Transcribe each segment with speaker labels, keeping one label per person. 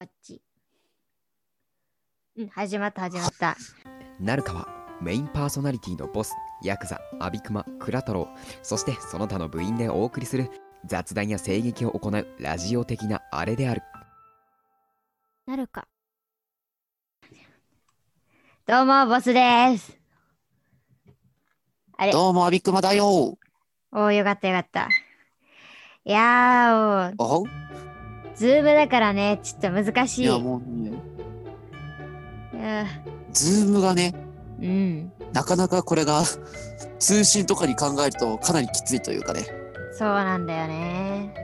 Speaker 1: あっち。うん、始まった、始まった。
Speaker 2: なるかはメインパーソナリティのボスヤクザアビクマクラ太郎そしてその他の部員でお送りする雑談や声劇を行うラジオ的なあれである
Speaker 1: なるか。どうも、ボスです。え
Speaker 3: どうも、アビクマだよ。
Speaker 1: おー、よかった、よかった。いやー、も
Speaker 3: あ
Speaker 1: うズームだからね、ちょっと難し
Speaker 3: い
Speaker 1: い。
Speaker 3: や、もうね、
Speaker 1: う
Speaker 3: ズームがね、
Speaker 1: んうん、
Speaker 3: なかなかこれが 通信とかに考えるとかなりきついというかね。
Speaker 1: そうなんだよね。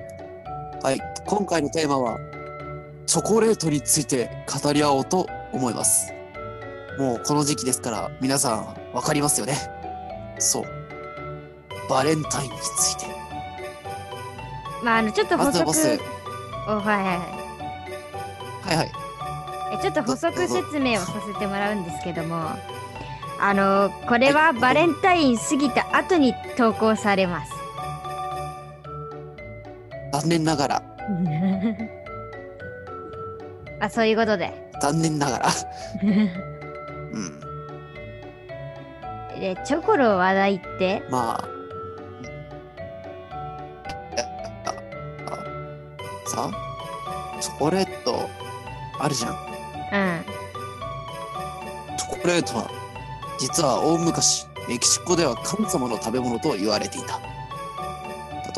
Speaker 3: はい、今回のテーマは、チョコレートについて語り合おうと思います。もうこの時期ですから、皆さんわかりますよね。そう。バレンタインについて。
Speaker 1: まあ、あの、ちょっと補
Speaker 3: まず
Speaker 1: 足。
Speaker 3: はボス。はい
Speaker 1: おはいは
Speaker 3: はい。
Speaker 1: いはい。えちょっと補足説明をさせてもらうんですけども、あの、これはバレンタイン過ぎた後に投稿されます。
Speaker 3: 残念ながら、
Speaker 1: あそういうことで。
Speaker 3: 残念ながら。うん。
Speaker 1: でチョコの話題って
Speaker 3: まあ。ああさチョコレートあるじゃん。
Speaker 1: うん
Speaker 3: チョコレートは、実は大昔、メキシコでは神様の食べ物と言われていた。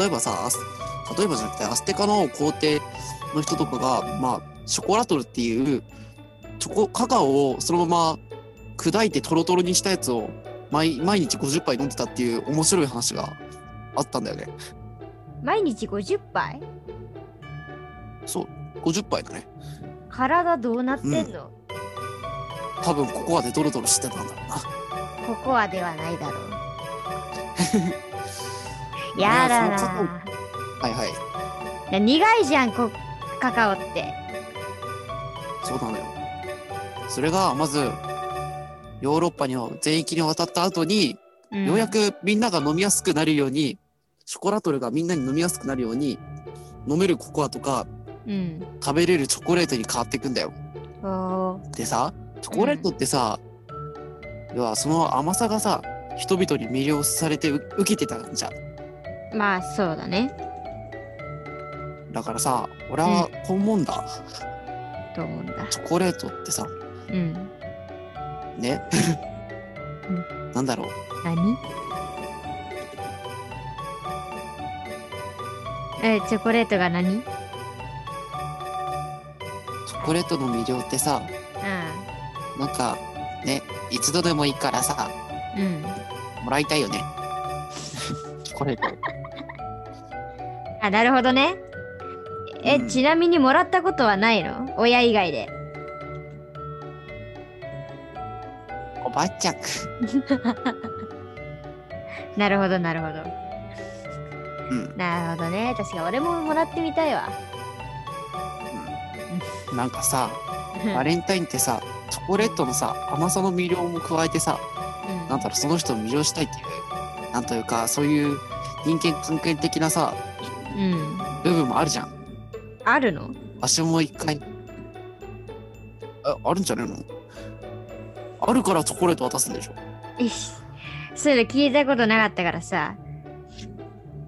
Speaker 3: 例えばさ、アス例えばじゃなくて、アステカの皇帝の人とかが、まあ、ショコラトルっていう、チョコ、カカオをそのまま砕いてトロトロにしたやつを毎、毎日50杯飲んでたっていう面白い話があったんだよね。
Speaker 1: 毎日50杯
Speaker 3: そう、50杯だね。
Speaker 1: 体どうなってんの、
Speaker 3: 多分ここはでドロドロしてたんだろうな。
Speaker 1: ココアではないだろうやだ
Speaker 3: いやその
Speaker 1: な
Speaker 3: はいはい。
Speaker 1: いや苦いじゃんこカカオって
Speaker 3: そうなのよ。それがまず、ヨーロッパにの全域に渡った後に、
Speaker 1: うん
Speaker 3: ようやくみんなが飲みやすくなるように、ショコラトルがみんなに飲みやすくなるように、飲めるココアとか
Speaker 1: うん
Speaker 3: 食べれるチョコレートに変わっていくんだよ。
Speaker 1: おー
Speaker 3: でさ、チョコレートってさ、要はその甘さがさ、人々に魅了されてう受けてたんじゃん。
Speaker 1: まあそうだね
Speaker 3: だからさ、俺はこう思うんだ。
Speaker 1: と思うんだ
Speaker 3: チョコレートってさ、
Speaker 1: うん
Speaker 3: ね。なんだろう。
Speaker 1: 何えチョコレートが何うん
Speaker 3: チョコレートの魅了ってさ、なんか、ね、一度でもいいからさ、
Speaker 1: うん
Speaker 3: もらいたいよね。チョコレート。
Speaker 1: あなるほどね。え、
Speaker 3: うん
Speaker 1: ちなみにもらったことはないの親以外で。
Speaker 3: おばあちゃん。
Speaker 1: なるほどなるほど。
Speaker 3: うん
Speaker 1: なるほどね。確か俺ももらってみたいわ。
Speaker 3: うん。なんかさ、バレンタインってさ、チョコレートのさ、甘さの魅了も加えてさ、
Speaker 1: うん
Speaker 3: なんだろう、その人を魅了したいっていう、なんというか、そういう人間関係的なさ、
Speaker 1: うん。
Speaker 3: 部分もあるじゃん。
Speaker 1: あるの
Speaker 3: わしも一回、あ、あるんじゃねえのあるからチョコレート渡すんでしょ。
Speaker 1: えしそういうの聞いたことなかったからさ。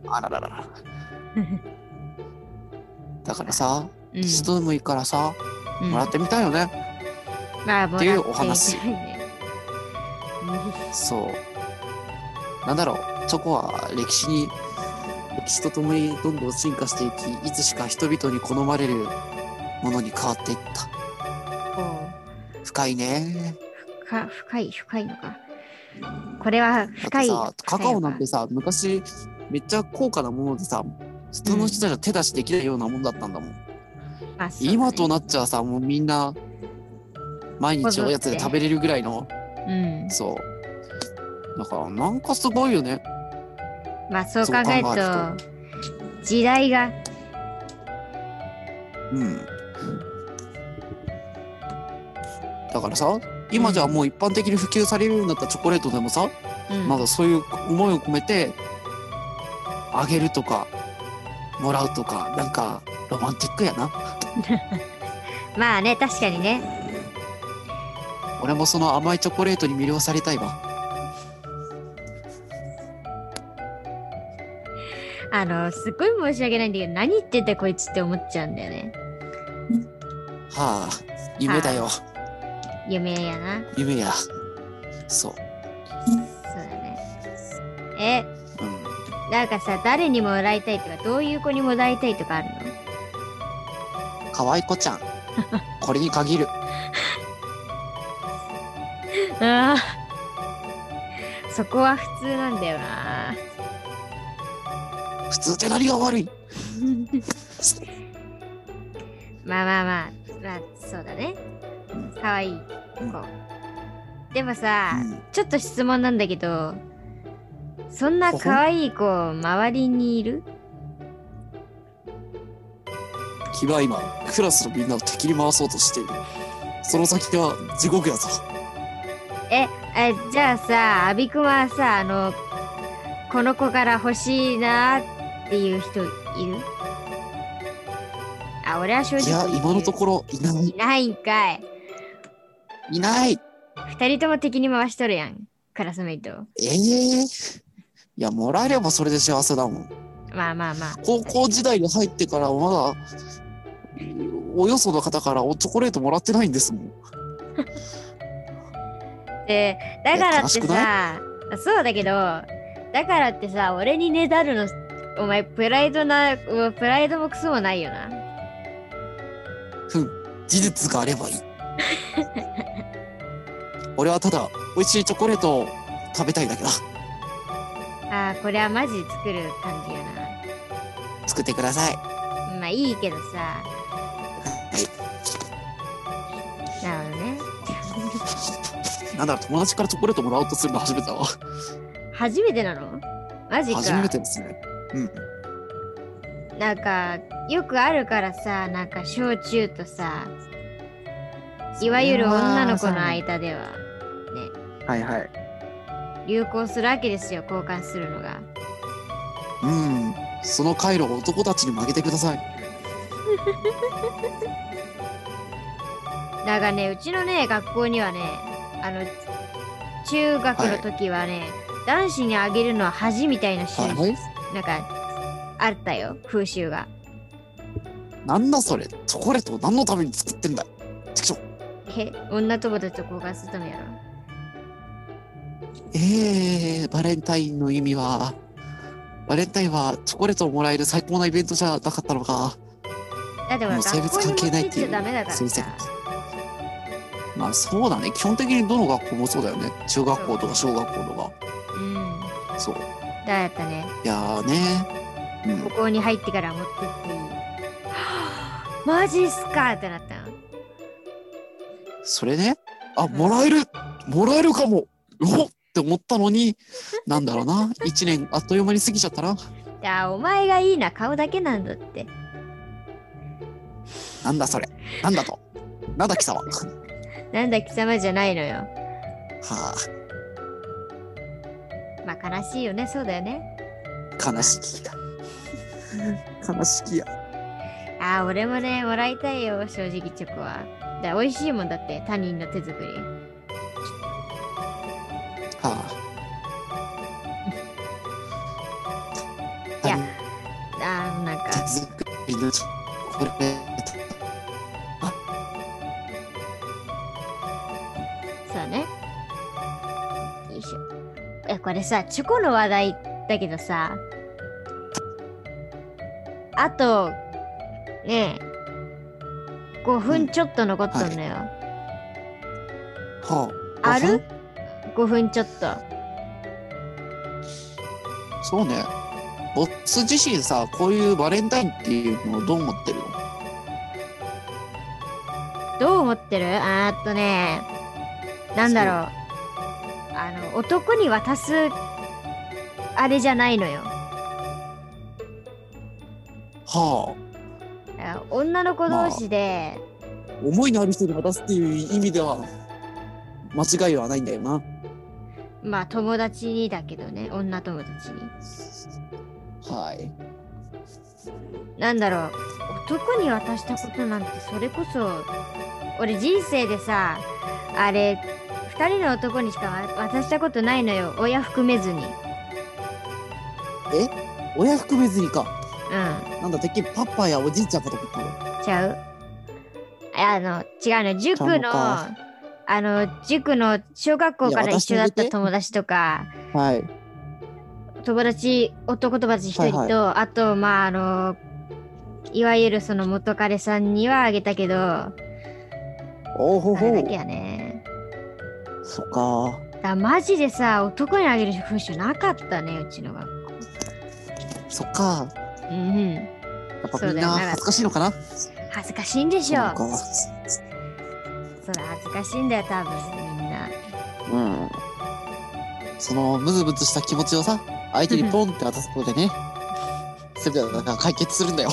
Speaker 3: あらら らら。だからさ、
Speaker 1: うん
Speaker 3: 一度でもいいからさ、
Speaker 1: うん
Speaker 3: もらってみたいよね。
Speaker 1: まあ、もらって
Speaker 3: っていうお話
Speaker 1: みたいね
Speaker 3: そう。なんだろう、チョコは歴史に、歴史とともにどんどん進化していき、いつしか人々に好まれるものに変わっていった。
Speaker 1: こ
Speaker 3: 深いね。
Speaker 1: うか深い、深いのか。これは
Speaker 3: だっ
Speaker 1: 深
Speaker 3: て
Speaker 1: い。
Speaker 3: さ、カカオなん
Speaker 1: 深
Speaker 3: てさ、昔めっちゃ高価なものでさ、普通の人じゃ手出しできないようなもんだったんだもん。
Speaker 1: いのか、まあそうだね
Speaker 3: 今となっちゃさ、もうみんな、毎日おやつで食べれるぐらいの、
Speaker 1: うん。
Speaker 3: そう。だから、なんかすごいよね。
Speaker 1: まあ、そう考
Speaker 3: そう考
Speaker 1: え
Speaker 3: え
Speaker 1: る
Speaker 3: る
Speaker 1: と、時代が
Speaker 3: うん。だからさ、今じゃもう一般的に普及されるようになったチョコレートでもさ、
Speaker 1: うん
Speaker 3: まだそういう思いを込めて、あげるとか、もらうとか、なんか、ロマンティックやな。
Speaker 1: まあね、確かにね。
Speaker 3: 俺もその甘いチョコレートに魅了されたいわ。
Speaker 1: あの、すっごい申し訳ないんだけど、何言ってんだこいつって思っちゃうんだよね。
Speaker 3: はあ、夢だよ。
Speaker 1: 夢やな。
Speaker 3: 夢や。そう。
Speaker 1: そうだね。え、
Speaker 3: うん。
Speaker 1: なんかさ、誰にも笑いたいとか、どういう子にも笑いたいとかあるの
Speaker 3: 可愛い子ちゃん。これに限る。
Speaker 1: ああ。そこは普通なんだよな。
Speaker 3: 普通って何が悪い
Speaker 1: まあまあまあ、まあそうだね。かわいい
Speaker 3: うん
Speaker 1: 子。でもさ、
Speaker 3: うん
Speaker 1: ちょっと質問なんだけど、そんな可愛い子、周りにいる
Speaker 3: 君は今、クラスのみんなを敵に回そうとしている。その先が地獄やぞ。
Speaker 1: え、え、じゃあさ、アビクマはさ、あの、この子から欲しいなっていう人いるあ、俺は正直
Speaker 3: いや、
Speaker 1: 言う
Speaker 3: 今のところいない
Speaker 1: い。ないんかい。
Speaker 3: いない。
Speaker 1: 二人とも敵に回しとるやん、クラスメイトを。
Speaker 3: ええいや、もらえればそれで幸せだもん。
Speaker 1: まあまあまあ。
Speaker 3: 高校時代に入ってからまだ、およその方からおチョコレートもらってないんですもん。
Speaker 1: で、だからって
Speaker 3: え悲しく
Speaker 1: さ、そうだけど、だからってさ、俺にねだるの、お前プライドな、うわプライドもクソもないよな。
Speaker 3: 事実があればいい。俺はただ、美味しいチョコレートを食べたいだけだ。
Speaker 1: あーこれはマジで作る感じやな。
Speaker 3: 作ってください。
Speaker 1: まあいいけどさ。なるほどね。
Speaker 3: なんだろう、友達からチョコレートもらおうとするの初めてだわ。
Speaker 1: 初めてなのマジか。
Speaker 3: 初めてですね。うん。
Speaker 1: なんか、よくあるからさ、なんか小中とさ、いわゆる女の子の間では
Speaker 3: はいはい。
Speaker 1: 流行するわけですよ、交換するのが。
Speaker 3: うん。その回路を男たちに曲げてください。
Speaker 1: だがね、うちのね、学校にはね、あの、中学の時はね、男子にあげるのは恥みたいな習、
Speaker 3: はいはい。
Speaker 1: なんか、あったよ、風習が。
Speaker 3: なんだそれ。チョコレートを何のために作ってんだ。ちくしょう。
Speaker 1: え、女友達と交換するためやろ。
Speaker 3: えー、バレンタインの意味は、バレンタインはチョコレートをもらえる最高なイベントじゃなかったのか。
Speaker 1: だってほ
Speaker 3: も
Speaker 1: ら、
Speaker 3: う性
Speaker 1: 学
Speaker 3: 別
Speaker 1: 校に持っ
Speaker 3: 関係ない
Speaker 1: て
Speaker 3: っ
Speaker 1: ってち
Speaker 3: い
Speaker 1: ゃ
Speaker 3: う。
Speaker 1: ダメだから
Speaker 3: そういう世
Speaker 1: さ
Speaker 3: 界。まあそうだね。基本的にどの学校もそうだよね。中学校とか小学校とか。
Speaker 1: うん。
Speaker 3: そう。
Speaker 1: だやったね。
Speaker 3: いやーね。う
Speaker 1: こ。
Speaker 3: ん
Speaker 1: こに入ってから持ってっていい。マジっすかってなったの。
Speaker 3: それね、あ、もらえる、もらえるかも、うおっって思ったの に、なんだろうな、一年あっという間に過ぎちゃったな。
Speaker 1: だお前がいいな、顔だけなんだって。
Speaker 3: なんだそれ、なんだと、なんだ貴様。は
Speaker 1: なんだ、貴様じゃないのよ。
Speaker 3: あ、
Speaker 1: まあ、悲しいよね、そうだよね。
Speaker 3: 悲しきだ。悲しきや。
Speaker 1: ああ、俺もね、もらいたいよ、正直チョコは。だ美味しいもんだって、他人の手作り。
Speaker 3: はあ。
Speaker 1: いやあーなんか、
Speaker 3: 手作りのチョコレート
Speaker 1: そうだね。よいしょ。え、これさ、チョコの話題だけどさ、あと、ねえ、5分ちょっと残っとんのよ。
Speaker 3: はあ。
Speaker 1: あ
Speaker 3: は
Speaker 1: る ?5 分ちょっと。
Speaker 3: あそうね。ボッス自身さ、こういうバレンタインっていうのをどう思ってるの
Speaker 1: どう思ってるあーっとね、なんだろう。あの、男に渡す、あれじゃないのよ。
Speaker 3: はあ。
Speaker 1: あ女の子同士で、
Speaker 3: 思いのある人に渡すっていう意味では、間違いはないんだよな。
Speaker 1: まあ友達にだけどね、女友達に。
Speaker 3: はい。
Speaker 1: なんだろう男に渡したことなんてそれこそ俺人生でさあれ2人の男にしか渡したことないのよ親含めずにうん
Speaker 3: 親含めずにか。なんだ、てっきりパパやおじいちゃんかと思ったの。
Speaker 1: ちゃうあの違うの塾
Speaker 3: ち
Speaker 1: の
Speaker 3: ゃん
Speaker 1: あの塾の小学校から
Speaker 3: いや
Speaker 1: 一緒だっ
Speaker 3: 私
Speaker 1: た
Speaker 3: も入れて
Speaker 1: 友達とか
Speaker 3: はい。
Speaker 1: 友達男友達一人と、
Speaker 3: はい
Speaker 1: あとまああのいわゆるその元彼さんにはあげたけどあ
Speaker 3: おほほ
Speaker 1: れだ
Speaker 3: う
Speaker 1: け。やね
Speaker 3: そっか。
Speaker 1: だからマジでさ男にあげる風習なかったねうちの学校
Speaker 3: そっか。
Speaker 1: うんうん
Speaker 3: やっぱ
Speaker 1: そうだ
Speaker 3: み
Speaker 1: よ
Speaker 3: ん
Speaker 1: な
Speaker 3: な
Speaker 1: んか
Speaker 3: 恥ずかしいのかな
Speaker 1: 恥ずかしいんでしょ
Speaker 3: なんか
Speaker 1: それ恥ずかしいんだよ多分みんな
Speaker 3: うん。そのムズムズした気持ちをさ、相手にポンって渡すことで ね、すべてが解決するんだよ。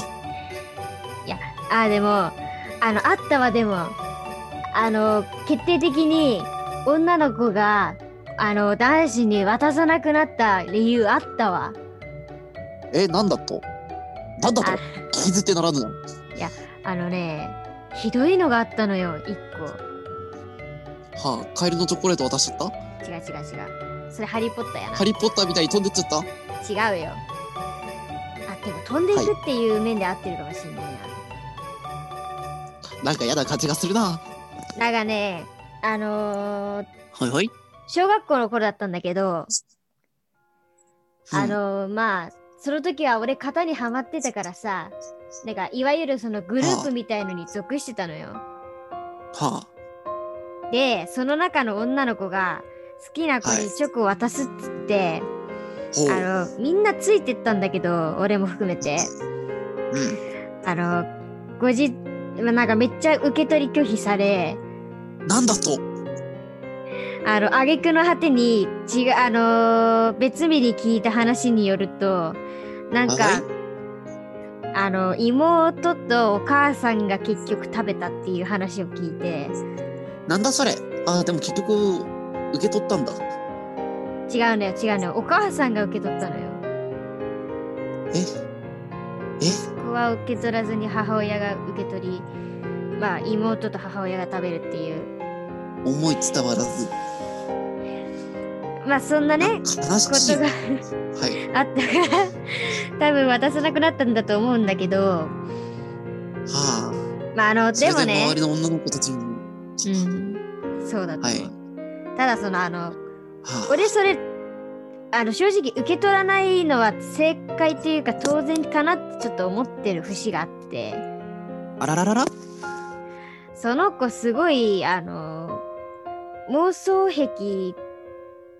Speaker 1: あーでもあのあったわでもあの決定的に女の子があの男子に渡さなくなった理由あったわ
Speaker 3: え、なんだとなんだと
Speaker 1: あ
Speaker 3: 聞き捨てならぬ。
Speaker 1: あのねひどいのがあったのよ一個
Speaker 3: はあ、カエルのチョコレート渡しちゃった
Speaker 1: 違う違う違うそれハリー・ポッターやな
Speaker 3: ハリーポッターみたいに飛んでっちゃった
Speaker 1: 違うよあでも飛んでいくっていう面で合ってるかもしんないな、
Speaker 3: なんか嫌な感じがするな。
Speaker 1: なんかねあのー
Speaker 3: はいはい。
Speaker 1: 小学校の頃だったんだけどあ
Speaker 3: うん、
Speaker 1: のまあその時は俺型にはまってたからさなんかいわゆるそのグループみたいのに属してたのよ。
Speaker 3: は
Speaker 1: でその中の女の子が好きな子
Speaker 3: はい
Speaker 1: にチョコを渡すっつって、
Speaker 3: あ、ほう。
Speaker 1: あのみんなついてったんだけど俺も含めて
Speaker 3: う
Speaker 1: あのごじまあなんかめっちゃ受け取り拒否され
Speaker 3: ん。なんだと
Speaker 1: あの挙句の果てに違うあの別日に聞いた話によるとなんか、
Speaker 3: はい
Speaker 1: あの妹とお母さんが結局食べたっていう話を聞いて
Speaker 3: なんだそれあー、でも結局、受け取ったんだ。
Speaker 1: 違うのよ違うのよお母さんが受け取ったのよ
Speaker 3: ええ
Speaker 1: 子は受け取らずに母親が受け取りまあ妹と母親が食べるっていう
Speaker 3: 思い伝わらず。
Speaker 1: まあそんなね
Speaker 3: 悲
Speaker 1: こ
Speaker 3: しい。
Speaker 1: とが
Speaker 3: はい。
Speaker 1: あったから多分渡さなくなったんだと思うんだけど
Speaker 3: は
Speaker 1: まああの
Speaker 3: あ。それ
Speaker 1: でもね
Speaker 3: 周りの女の子たちにも。
Speaker 1: うん、そうだと思う、ただそのあの
Speaker 3: は
Speaker 1: 俺それあの正直受け取らないのは正解というか当然かなってちょっと思ってる節があって
Speaker 3: あ。あらららら
Speaker 1: その子すごいあの妄想癖っ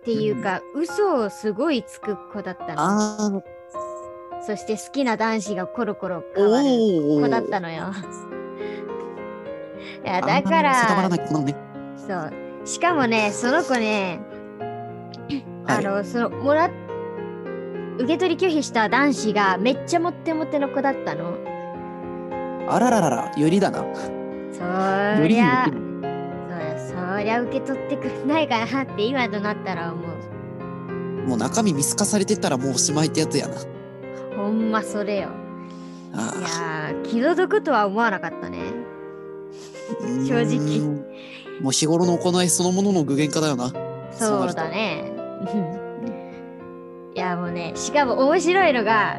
Speaker 1: ていうか、嘘をすごいつく子だったの
Speaker 3: ああ。
Speaker 1: そして好きな男子がコロコロ変わる
Speaker 3: おお。
Speaker 1: 子だったのよ いやだか
Speaker 3: あんまり定まら
Speaker 1: ら
Speaker 3: ない子なのね。
Speaker 1: そうしかもねその子ね
Speaker 3: は
Speaker 1: あ
Speaker 3: い。
Speaker 1: のそのもらっ受け取り拒否した男子がめっちゃモッテモテの子だったの。
Speaker 3: あらららら、よりだな。
Speaker 1: そ
Speaker 3: よ
Speaker 1: り
Speaker 3: りに
Speaker 1: ゃ
Speaker 3: より
Speaker 1: そうだそりゃ受け取ってくれないかなって今となったら思う。
Speaker 3: もう中身見透かされてたらもうおしまいってやつやな。
Speaker 1: ほんまそれよ。
Speaker 3: あ
Speaker 1: い
Speaker 3: あ
Speaker 1: やー気の毒とは思わなかったね。正直
Speaker 3: うーん。もう日頃の行いそのものの具現化だよな。そうな
Speaker 1: そ
Speaker 3: る
Speaker 1: う
Speaker 3: と
Speaker 1: だね。 いやもうねしかも面白いのがあ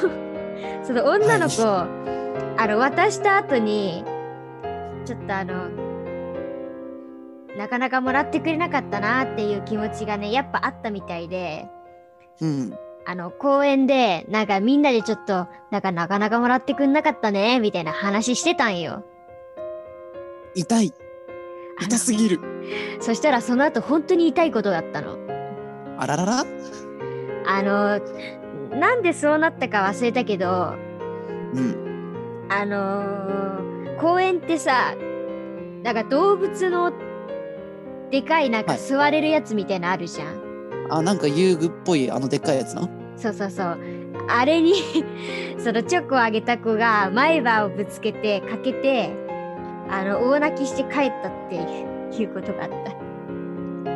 Speaker 1: のその女の子、あの渡した後にちょっとあのなかなかもらってくれなかったなっていう気持ちがねやっぱあったみたいで
Speaker 3: うん。
Speaker 1: あの公園でなんかみんなでちょっとなんかなかなかもらってくんなかったねみたいな話してたんよ。
Speaker 3: 痛い。
Speaker 1: あの
Speaker 3: 痛すぎる。
Speaker 1: そしたらその後本当に痛いことだったの。
Speaker 3: あららら
Speaker 1: あのなんでそうなったか忘れたけど
Speaker 3: うん。
Speaker 1: あのー公園ってさなんか動物のでかいなんか
Speaker 3: はい
Speaker 1: 座れるやつみたいなのあるじゃん、
Speaker 3: あ、なんか遊具っぽい、あのでっかいやつな。
Speaker 1: そうそうそうあれに そのチョコをあげた子が前歯をぶつけてかけてあの大泣きして帰ったっていういうことがあった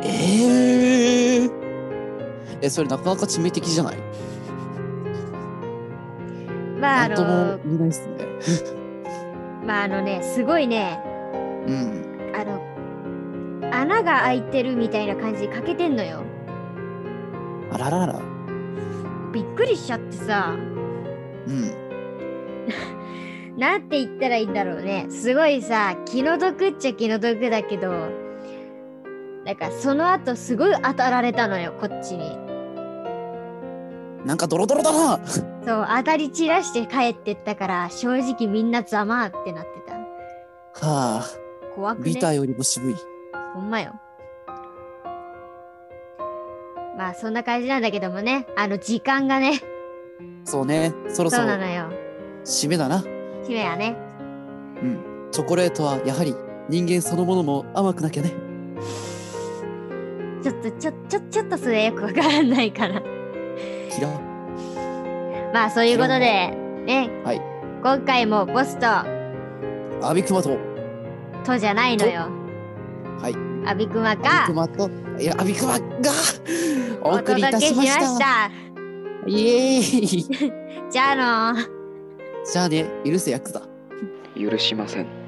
Speaker 3: えええ、それなかなか致命的じゃない
Speaker 1: まああ
Speaker 3: なんとも
Speaker 1: の
Speaker 3: 言えないっすね。
Speaker 1: まああのねすごいね
Speaker 3: うん。
Speaker 1: あの穴が開いてるみたいな感じで欠けてんのよ
Speaker 3: あららら。
Speaker 1: びっくりしちゃってさ
Speaker 3: うん。
Speaker 1: なんて言ったらいいんだろうねすごいさ気の毒っちゃ気の毒だけどなんかその後すごい当たられたのよこっちに
Speaker 3: なんかドロドロだな。
Speaker 1: そう当たり散らして帰ってったから正直みんなざまあってなってた
Speaker 3: はあ、
Speaker 1: 怖く
Speaker 3: ビター
Speaker 1: ね
Speaker 3: よりも渋い。
Speaker 1: ほんまよまあそんな感じなんだけどもねあの時間がね
Speaker 3: そうね、そろそ
Speaker 1: そう
Speaker 3: ろ
Speaker 1: なのよ
Speaker 3: 締めだな。
Speaker 1: 姫はね
Speaker 3: うん。チョコレートはやはり人間そのものも甘くなきゃね。
Speaker 1: ちょっとちょちょちょっとそれよくわからないから
Speaker 3: キラー。
Speaker 1: まあそういうことでね、
Speaker 3: はい
Speaker 1: 今回もボスと
Speaker 3: アビクマと、
Speaker 1: とじゃないのよ
Speaker 3: はい
Speaker 1: アビクマ
Speaker 3: アビ
Speaker 1: が
Speaker 3: クマと、いや、アビクマがお
Speaker 1: お
Speaker 3: 送りい
Speaker 1: 届
Speaker 3: た
Speaker 1: けし
Speaker 3: しま
Speaker 1: ま
Speaker 3: した。
Speaker 1: した
Speaker 3: イエーイ
Speaker 1: じゃあのー
Speaker 3: じゃあね、許せヤクザ。
Speaker 2: 許しません